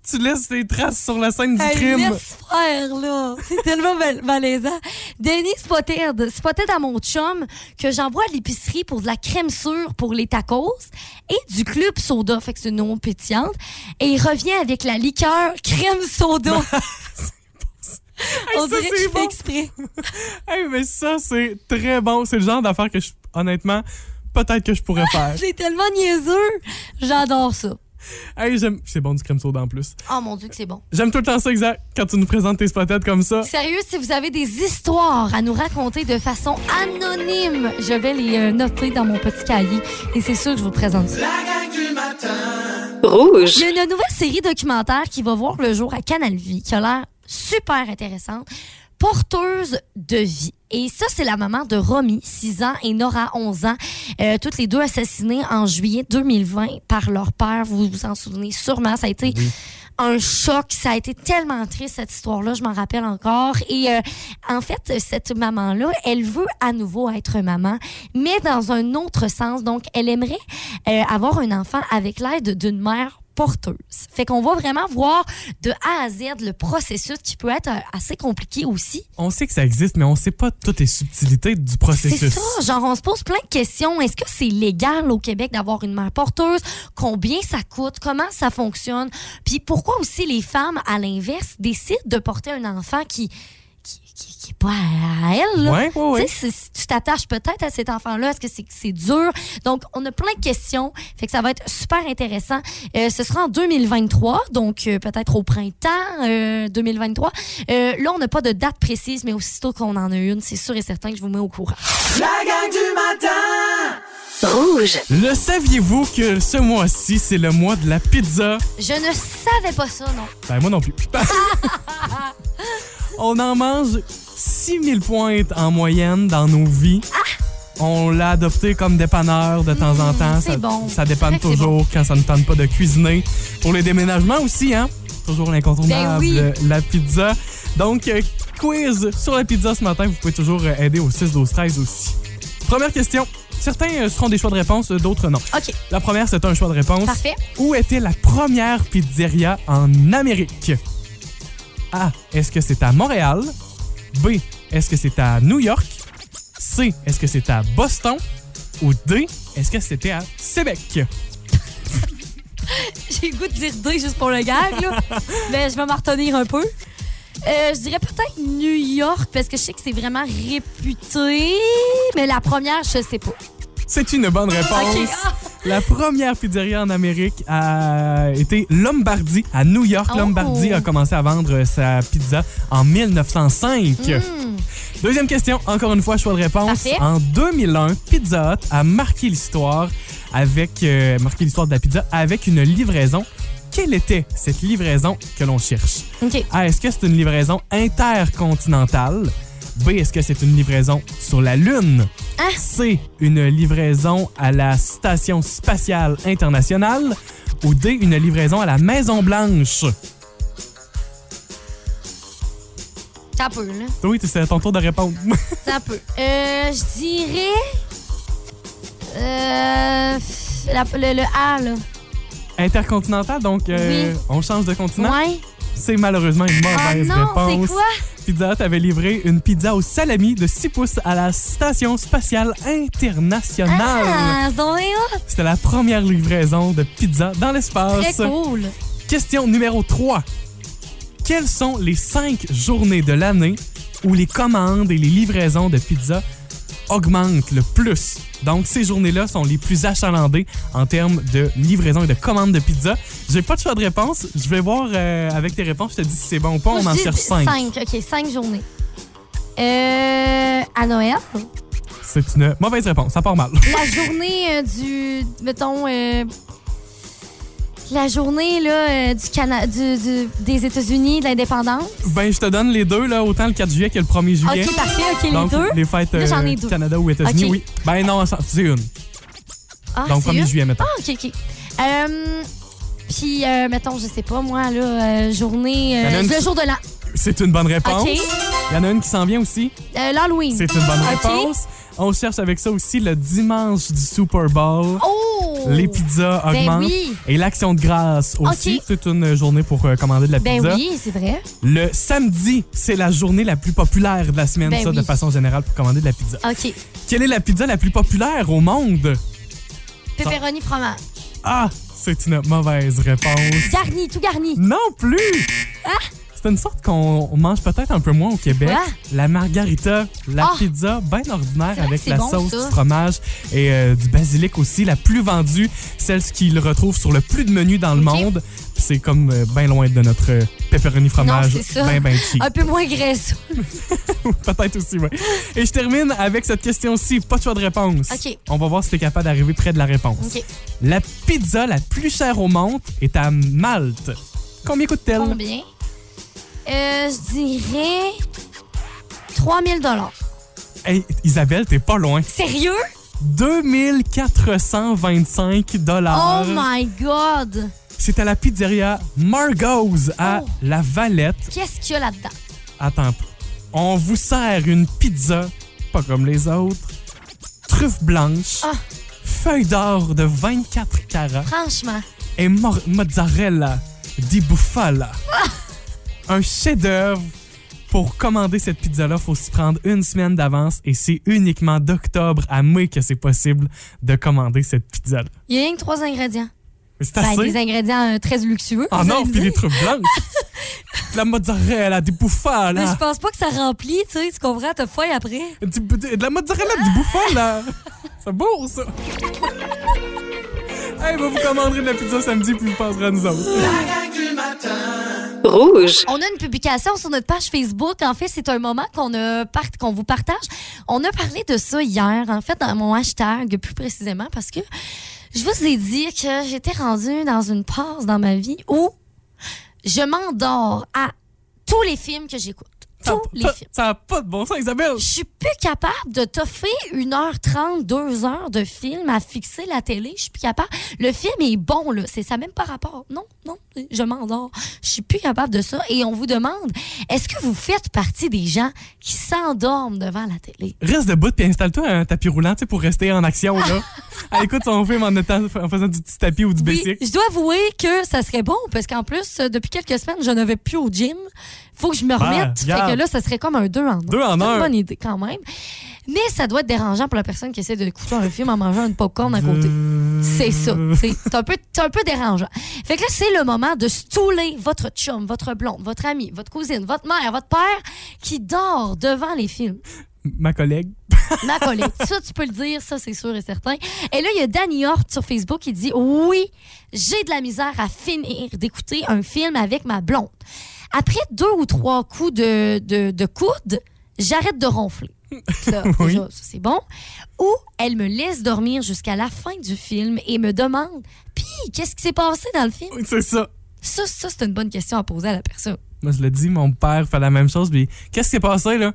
D: Tu laisses des traces sur la scène du
I: Elle
D: crime.
I: laisse faire, là. C'est tellement mal- malaisant. Denis Spotted, Spotted à mon chum que j'envoie à l'épicerie pour de la crème sûre pour les tacos et du club soda, fait que c'est une eau pétillante. Et il revient avec la liqueur crème soda. On
D: ça,
I: dirait que
D: c'est
I: je
D: bon.
I: fais exprès.
D: Hey, mais ça, c'est très bon. C'est le genre d'affaire que, je, honnêtement, peut-être que je pourrais faire.
I: C'est tellement niaiseux. J'adore ça.
D: hey, j'aime. C'est bon du crème soda en plus.
I: Oh mon Dieu que c'est bon.
D: J'aime tout le temps ça, exact. Quand tu nous présentes tes spotettes comme ça.
I: Sérieux, si vous avez des histoires à nous raconter de façon anonyme, je vais les euh, noter dans mon petit cahier et c'est sûr que je vous présente ça.
A: La gang du matin.
B: Rouge.
I: Il y a une nouvelle série documentaire qui va voir le jour à Canal Vie, qui a l'air super intéressante. Porteuse de vie. Et ça, c'est la maman de Romy, 6 ans, et Nora, 11 ans, euh, toutes les deux assassinées en juillet 2020 par leur père. Vous vous en souvenez sûrement. Ça a été un choc. Ça a été tellement triste, cette histoire-là. Je m'en rappelle encore. Et euh, en fait, cette maman-là, elle veut à nouveau être maman, mais dans un autre sens. Donc, elle aimerait euh, avoir un enfant avec l'aide d'une mère porteuse. Fait qu'on va vraiment voir de A à Z le processus qui peut être euh, assez compliqué aussi.
D: On sait que ça existe, mais on sait pas toutes les subtilités du
I: C'est
D: processus.
I: ça, genre on se pose plein de questions. Est-ce que c'est légal au Québec d'avoir une mère porteuse? Combien ça coûte? Comment ça fonctionne? Puis pourquoi aussi les femmes, à l'inverse, décident de porter un enfant qui qui, qui, qui est pas à elle? là?
D: Ouais, ouais, ouais.
I: Tu sais, si- si tu t'attaches peut-être à cet enfant-là, est-ce que c'est c'est dur? Donc, on a plein de questions. Fait que ça va être super intéressant. Euh, ce sera en 2023, donc euh, peut-être au printemps euh, 2023. Euh, là, on n'a pas de date précise, mais aussitôt qu'on en a une, c'est sûr et certain que je vous mets au courant.
A: La gang du matin.
B: Rouge.
D: Le saviez-vous que ce mois-ci, c'est le mois de la pizza?
I: Je ne savais pas ça, non.
D: Ben, moi non plus. on en mange 6000 pointes en moyenne dans nos vies.
I: Ah!
D: On l'a adopté comme dépanneur de temps en temps.
I: Mmh, c'est
D: ça,
I: bon.
D: ça
I: C'est
D: dépanne
I: vrai que c'est
D: toujours quand ça ne tente pas de cuisiner. Pour les déménagements aussi, hein? Toujours l'incontournable,
I: Ben oui.
D: euh, la pizza. Donc, euh, quiz sur la pizza ce matin. Vous pouvez toujours euh, aider au 6, 12, 13 aussi. Première question. Certains euh, seront des choix de réponse, euh, d'autres non.
I: OK,
D: La première, c'est un choix de réponse.
I: parfait.
D: Où était la première pizzeria en Amérique? A. Est-ce que c'est à Montréal? B. Est-ce que c'est à New York? C. Est-ce que c'est à Boston? Ou D. Est-ce que c'était à Québec?
I: J'ai le goût de dire D juste pour le gag, là. Mais je vais m'en retenir un peu. Euh, je dirais peut-être New York, parce que je sais que c'est vraiment réputé. Mais la première, je sais pas.
D: C'est une bonne réponse.
I: OK. Ah!
D: La première pizzeria en Amérique a été Lombardi à New York.
I: Oh.
D: Lombardi a commencé à vendre sa pizza en 1905.
I: Hmm.
D: Deuxième question, encore une fois, choix de réponse.
I: Parfait.
D: En 2001, Pizza Hut a marqué l'histoire avec euh, marqué l'histoire de la pizza avec une livraison quelle était cette livraison que l'on cherche?
I: OK.
D: A, est-ce que c'est une livraison intercontinentale? B, est-ce que c'est une livraison sur la Lune?
I: Hein?
D: C, une livraison à la Station spatiale internationale? Ou D, une livraison à la Maison Blanche?
I: Ça peut, là.
D: Oui, c'est à ton tour de répondre.
I: Ça peut. Euh, je dirais. Euh, la- le, le A, là.
D: Intercontinental, donc euh,
I: Oui.
D: on change de continent.
I: Ouais.
D: C'est malheureusement une
I: Ah
D: mauvaise
I: non, c'est
D: réponse.
I: quoi?
D: Pizza Hut avait livré une pizza au salami de 6 pouces à la Station spatiale internationale.
I: Ah, c'est donc bien hot.
D: C'était la première livraison de pizza dans
I: Très
D: l'espace.
I: cool.
D: Question numéro 3. Quelles sont les 5 journées de l'année où les commandes et les livraisons de pizza augmentent le plus? Donc, ces journées-là sont les plus achalandées en termes de livraison et de commandes de pizza. J'ai pas de choix de réponse. Je vais voir euh, avec tes réponses. Je te dis si c'est bon ou pas. On
I: Moi,
D: en
I: je dis
D: cherche 5.
I: Cinq, OK, cinq journées. Euh, à Noël,
D: C'est une mauvaise réponse. Ça part mal.
I: la journée euh, du, mettons, euh, la journée là, euh, du Cana du, du- des États-Unis, de l'indépendance.
D: Ben, je te donne les deux, là, autant le 4 juillet que le 1er juillet.
I: OK, parfait, OK, les
D: Donc,
I: deux.
D: les fêtes
I: Là, j'en ai
D: euh,
I: deux.
D: Canada ou États-Unis,
I: OK.
D: oui. Ben non, ça- c'est une.
I: Ah,
D: Donc,
I: c'est
D: 1er
I: une?
D: juillet, mettons.
I: Ah, OK, OK. Euh, Puis, euh, mettons, je sais pas, moi, là, euh, journée, euh,
D: Il y en a une
I: le
D: qui-
I: jour de l'an.
D: C'est une bonne réponse.
I: OK.
D: Il y en a une qui s'en vient aussi.
I: Euh, L'Halloween.
D: C'est une bonne
I: OK.
D: réponse. On cherche avec ça aussi le dimanche du Super Bowl.
I: Oh!
D: Les pizzas
I: Ben
D: augmentent.
I: oui.
D: Et l'action de grâce aussi.
I: OK.
D: C'est une journée pour euh, commander de la
I: Ben
D: pizza.
I: oui, c'est vrai.
D: Le samedi, c'est la journée la plus populaire de la semaine,
I: Ben
D: ça, de
I: oui.
D: façon générale, pour commander de la pizza.
I: OK.
D: Quelle est la pizza la plus populaire au monde?
I: Pepperoni, fromage.
D: Ah, c'est une mauvaise réponse.
I: Garni, tout garni.
D: Non plus!
I: Ah.
D: C'est une sorte qu'on on mange peut-être un peu moins au Québec.
I: quoi?
D: La margarita, la
I: Ah!
D: pizza bien ordinaire
I: C'est vrai que
D: avec
I: c'est
D: la
I: bon,
D: sauce,
I: ça.
D: du fromage et euh, du basilic aussi, la plus vendue, celle qu'il retrouve sur le plus de menus dans le
I: Ok.
D: monde. Puis C'est comme bien loin de notre euh, pepperoni fromage
I: c'est ça. Ah!
D: bien bien cheap.
I: Un peu moins graisseux.
D: Peut-être aussi, oui. Et je termine avec cette question-ci. Pas de choix de réponse.
I: OK.
D: On va voir si t'es capable d'arriver près de la réponse.
I: OK.
D: La pizza la plus chère au monde est à Malte. Combien coûte-t-elle?
I: Combien? Euh, je dirais 3000 dollars.
D: Hey, Isabelle, t'es pas loin.
I: Sérieux?
D: 2425
I: Oh
D: dollars.
I: my God!
D: C'est à la pizzeria Margot's à
I: Oh.
D: La Valette.
I: Qu'est-ce qu'il y a là-dedans?
D: Attends. un peu. On vous sert une pizza, pas comme les autres. Truffe blanche.
I: Ah.
D: Feuille d'or de 24 carats.
I: Franchement,
D: et mor- mozzarella di bufala.
I: Ah.
D: Un chef-d'œuvre. Pour commander cette pizza-là, faut s'y prendre une semaine d'avance et c'est uniquement d'octobre à mai que c'est possible de commander cette pizza-là.
I: il y a rien que trois ingrédients.
D: Mais C'est
I: Ben,
D: assez.
I: des ingrédients euh, très luxueux.
D: Ah
I: vous
D: non,
I: allez
D: puis
I: dire.
D: des trucs blancs. de la mozzarella di
I: Mais je
D: bufala.
I: pense pas que ça remplit, tu sais, tu comprends, t'as faim après.
D: Du- de de la mozzarella di bufala. c'est beau, ça. hey, ben, vous commanderez de la pizza samedi puis vous penserez à nous autres.
B: Rouge.
I: On a une publication sur notre page Facebook. En fait, c'est un moment qu'on a part- qu'on vous partage. On a parlé de ça hier, en fait, dans mon hashtag, plus précisément, parce que je vous ai dit que j'étais rendue dans une passe dans ma vie où je m'endors à tous les films que j'écoute.
D: Ça a
I: Tous les
D: pas-
I: films.
D: Ça n'a pas de bon sens, Isabelle.
I: Je suis plus capable de toffer 1h30, 2h de film à fixer la télé. Je suis plus capable. Le film est bon, là. C'est ça même pas rapport. Non, non, je m'endors. Je suis plus capable de ça. Et on vous demande, est-ce que vous faites partie des gens qui s'endorment devant la télé?
D: reste debout puis installe-toi un tapis roulant tu sais, pour rester en action. Là. Elle écoute son film en, étant- en faisant du petit tapis ou du
I: Oui,
D: bicycle.
I: je dois avouer que ça serait bon parce qu'en plus, euh, depuis quelques semaines, je ne vais plus au gym. Faut que je me
D: Ah,
I: remette.
D: regarde.
I: fait que là, ça serait comme un 2 en 1.
D: Deux en un.
I: une bonne idée quand même. Mais ça doit être dérangeant pour la personne qui essaie d'écouter un film en mangeant une popcorn à côté. C'est ça. tu sais. C'est un, peu- c'est un peu dérangeant. Fait que là, c'est le moment de stouler votre chum, votre blonde, votre ami, votre cousine, votre mère, votre père qui dort devant les films.
D: Ma collègue.
I: Ma collègue. ça, tu peux le dire, ça, c'est sûr et certain. Et là, il y a Danny Hort sur Facebook qui dit Oui, j'ai de la misère à finir d'écouter un film avec ma blonde. Après deux ou trois coups de, de, de coude, j'arrête de ronfler. Là,
D: Oui.
I: déjà, ça, c'est bon. Ou elle me laisse dormir jusqu'à la fin du film et me demande Puis, qu'est-ce qui s'est passé dans le film
D: Oui, C'est ça.
I: Ça, ça c'est une bonne question à poser à la personne.
D: Moi, je l'ai dit, mon père fait la même chose. Puis, qu'est-ce qui s'est passé, là?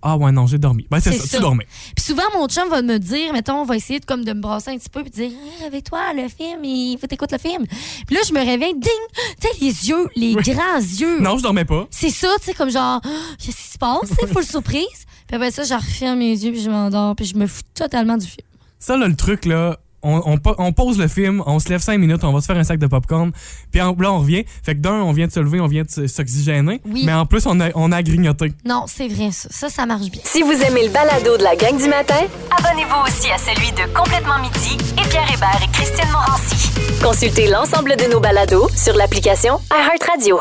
D: Ah, ouais, non, j'ai dormi. Ben, c'est
I: C'est
D: ça,
I: ça.
D: tu dormais.
I: Puis souvent, mon chum va me dire, mettons, on va essayer de, comme de me brasser un petit peu, puis de dire, Ah, réveille-toi, le film, il faut t'écouter le film. Puis là, je me réveille, ding! Tu sais, les yeux, les grands yeux.
D: Non, je dormais pas.
I: C'est ça, tu sais, comme genre, Ah, qu'est-ce qui se passe? C'est full surprise. Puis après ça, je referme mes yeux, puis je m'endors, puis je me fous totalement du film.
D: Ça, là, le truc, là, on, on pa- on pose le film, on se lève cinq minutes, on va se faire un sac de popcorn, puis en- là, on revient. Fait que d'un, on vient de se lever, on vient de se- s'oxygéner,
I: Oui.
D: mais en plus, on a, on a grignoté.
I: Non, c'est vrai, ça. Ça, ça marche bien.
B: Si vous aimez le balado de la gang du matin,
C: Abonnez-vous aussi à celui de Complètement Midi et Pierre Hébert et Christine Morancy.
B: consultez l'ensemble de nos balados sur l'application iHeartRadio.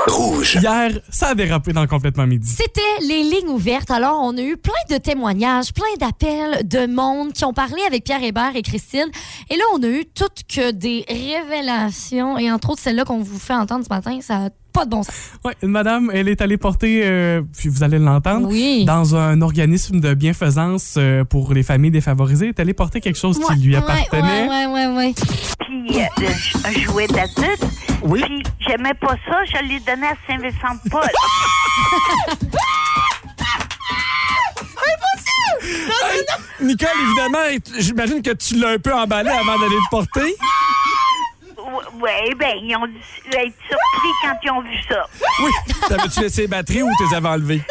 D: Hier, ça a dérapé dans complètement midi.
I: C'était les lignes ouvertes. Alors, on a eu plein de témoignages, plein d'appels de monde qui ont parlé avec Pierre Hébert et Christine. Et là, on a eu toutes que des révélations. Et entre autres, celle-là qu'on vous fait entendre ce matin, ça n'a pas de bon sens.
D: Ouais, une madame, elle est allée porter, euh, puis vous allez l'entendre,
I: Oui.
D: dans un organisme de bienfaisance euh, pour les familles défavorisées, elle est allée porter quelque chose qui lui appartenait.
I: Ouais, ouais, ouais, ouais.
N: puis euh, un jouet d'adulte.
D: Oui.
N: Puis j'aimais pas ça, je l'ai donné à Saint-Vincent-de-Paul.
O: Nicole, évidemment, est- j'imagine que tu l'as un peu emballé avant d'aller le porter.
N: Ou- ouais, ben ils ont dû être surpris quand ils ont vu ça.
O: Oui. T'avais-tu laissé les batteries ou t'es avais enlevé?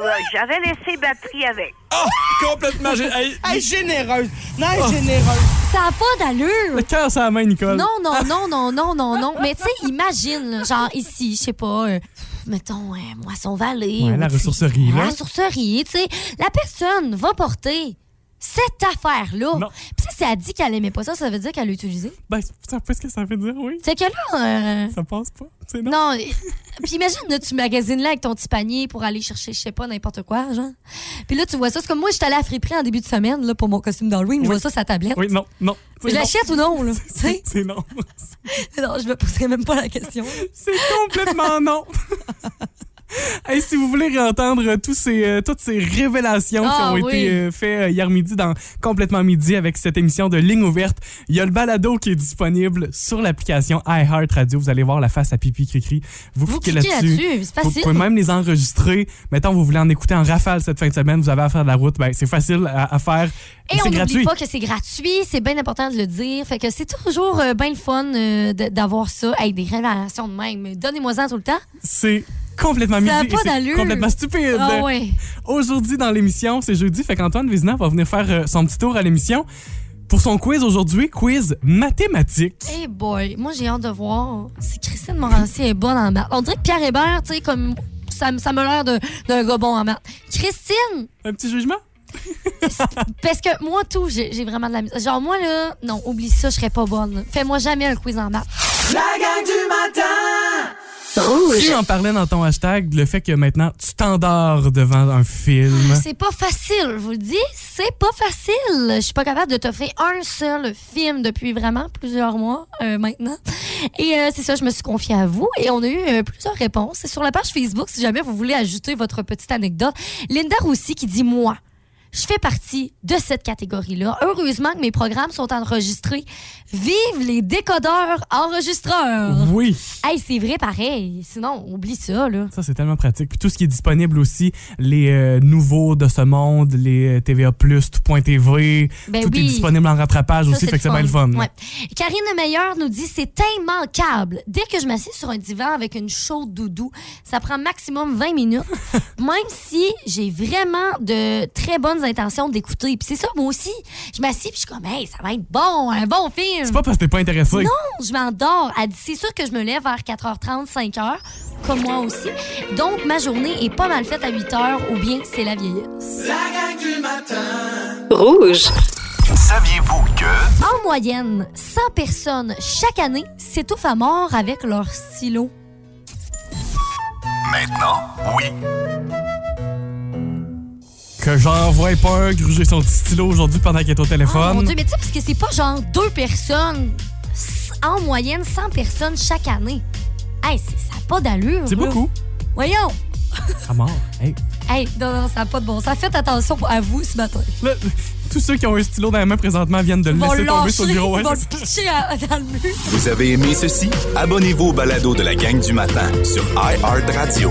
N: Euh, J'avais laissé batterie avec.
O: Oh, complètement. gé- hey,
N: généreuse. Non,
O: Oh.
N: généreuse.
I: Ça n'a pas d'allure.
D: Le cœur sur la main, Nicole.
I: Non, non, non, non, non, non, non. Mais tu sais, imagine, là, genre ici, je sais pas, euh, mettons, euh, Moisson-Vallée.
D: Ouais,
I: ou
D: la
I: puis-
D: ressourcerie,
I: La
D: là.
I: ressourcerie, tu sais. La personne va porter cette affaire-là. Puis si elle dit qu'elle aimait pas ça, ça veut dire qu'elle l'a utilisé.
D: Ben, ça peut ce que ça veut dire, oui.
I: Fait que là... euh,
D: Ça passe pas. c'est non.
I: non, et- puis imagine, là, tu magasines là avec ton petit panier pour aller chercher, je sais pas, n'importe quoi, genre. Puis là, tu vois ça, c'est comme moi, je suis allée à Friperie en début de semaine, là, pour mon costume d'Halloween, je vois ça sa tablette.
D: Oui, non, non.
I: Je l'achète ou non, là? tu sais?
D: C'est non.
I: Non, je me poserais même pas la question.
D: C'est complètement non. Hey, si vous voulez réentendre tous ces, euh, toutes ces révélations qui
O: Ah,
D: ont
O: oui.
D: été euh, faites euh, hier midi dans Complètement Midi avec cette émission de Ligne Ouverte, il y a le balado qui est disponible sur l'application iHeartRadio. Vous allez voir la face à Pipi Cricri. Vous, cliquez
I: cliquez
D: là-dessus.
I: là-dessus, c'est
D: Vous
I: facile.
D: pouvez même les enregistrer. Mettons, vous voulez en écouter en rafale cette fin de semaine, vous avez à faire de la route. Ben, c'est facile à, à faire.
I: Et
D: c'est
I: on
D: gratuit.
I: n'oublie pas que c'est gratuit, c'est bien important de le dire. Fait que c'est toujours euh, bien le fun euh, de- d'avoir ça. avec des relations de même. Donnez-moi-en tout le temps.
D: C'est complètement midi
I: Ça a
D: et
I: pas
D: c'est
I: d'allure.
D: complètement stupide.
I: Ah ouais.
D: Aujourd'hui dans l'émission, c'est jeudi, fait qu'Antoine Vézina va venir faire euh, son petit tour à l'émission pour son quiz aujourd'hui, quiz mathématiques.
I: Hey boy, moi j'ai hâte de voir si Christine Morancy est bonne en maths. On dirait que Pierre Hébert, tu sais, comme ça, me- ça me l'air de- d'un gars bon en maths. Christine!
D: Un petit jugement?
I: Parce que moi, tout, j'ai j'ai vraiment de la misère. Genre, moi, là, non, oublie ça, je serais pas bonne. Fais-moi jamais un quiz en maths.
A: La gang du matin.
D: Tu en parlais dans ton hashtag le fait que maintenant tu t'endors devant un film.
I: Ah, C'est pas facile, je vous le dis, c'est pas facile. Je suis pas capable de t'offrir un seul film depuis vraiment plusieurs mois euh, maintenant. Et euh, c'est ça, je me suis confiée à vous et on a eu euh, plusieurs réponses. C'est sur la page Facebook si jamais vous voulez ajouter votre petite anecdote. Linda Roussy qui dit moi. Je fais partie de cette catégorie-là. Heureusement que mes programmes sont enregistrés. Vive les décodeurs enregistreurs!
D: Oui.
I: Hey, c'est vrai pareil. Sinon, oublie ça, là.
D: Ça, c'est tellement pratique. Puis tout ce qui est disponible aussi, les euh, nouveaux de ce monde, les euh, TVA, tout.tv,
I: Ben
D: tout est
I: oui.
D: disponible en rattrapage
I: Ça,
D: aussi, fait que c'est bien le fun.
I: Ouais. Karine Meilleur nous dit c'est immanquable. Dès que je m'assieds sur un divan avec une chaude doudou, ça prend maximum 20 minutes, même si j'ai vraiment de très bonnes intentions d'écouter. Puis c'est ça, moi aussi. Je m'assieds puis je suis comme, hey, ça va être bon, un bon film.
D: C'est pas parce que t'es pas intéressé.
I: Non, je m'endors. Elle dit, c'est sûr que je me lève vers 4h30, 5h, comme moi aussi. Donc, ma journée est pas mal faite à 8h ou bien c'est la vieillesse.
A: La gang du matin.
B: Rouge.
K: Saviez-vous que...
I: En moyenne, 100 personnes chaque année s'étouffent à mort avec leur stylo.
K: Maintenant, oui.
D: Que j'envoie pas un gruger son petit stylo aujourd'hui pendant qu'il est au
I: Oh,
D: téléphone.
I: mon Dieu, mais tu sais, parce que c'est pas genre deux personnes, s- en moyenne 100 personnes chaque année. Hey, c'est- ça n'a pas d'allure.
D: C'est
I: là.
D: beaucoup.
I: Voyons.
D: À mort. Hey.
I: Hey, non, non, ça n'a pas de bon sens. Faites attention à vous ce matin.
D: Là, tout tous ceux qui ont un stylo dans la main présentement viennent de le
E: Ils vont
D: laisser
E: le
D: tomber sur le
E: lâcher, ils
D: bureau. hein. Ouais,
E: vont
D: c'est
E: le pitcher à- dans le mur.
K: Vous avez aimé ceci? Abonnez-vous au balado de la gang du matin sur iHeartRadio.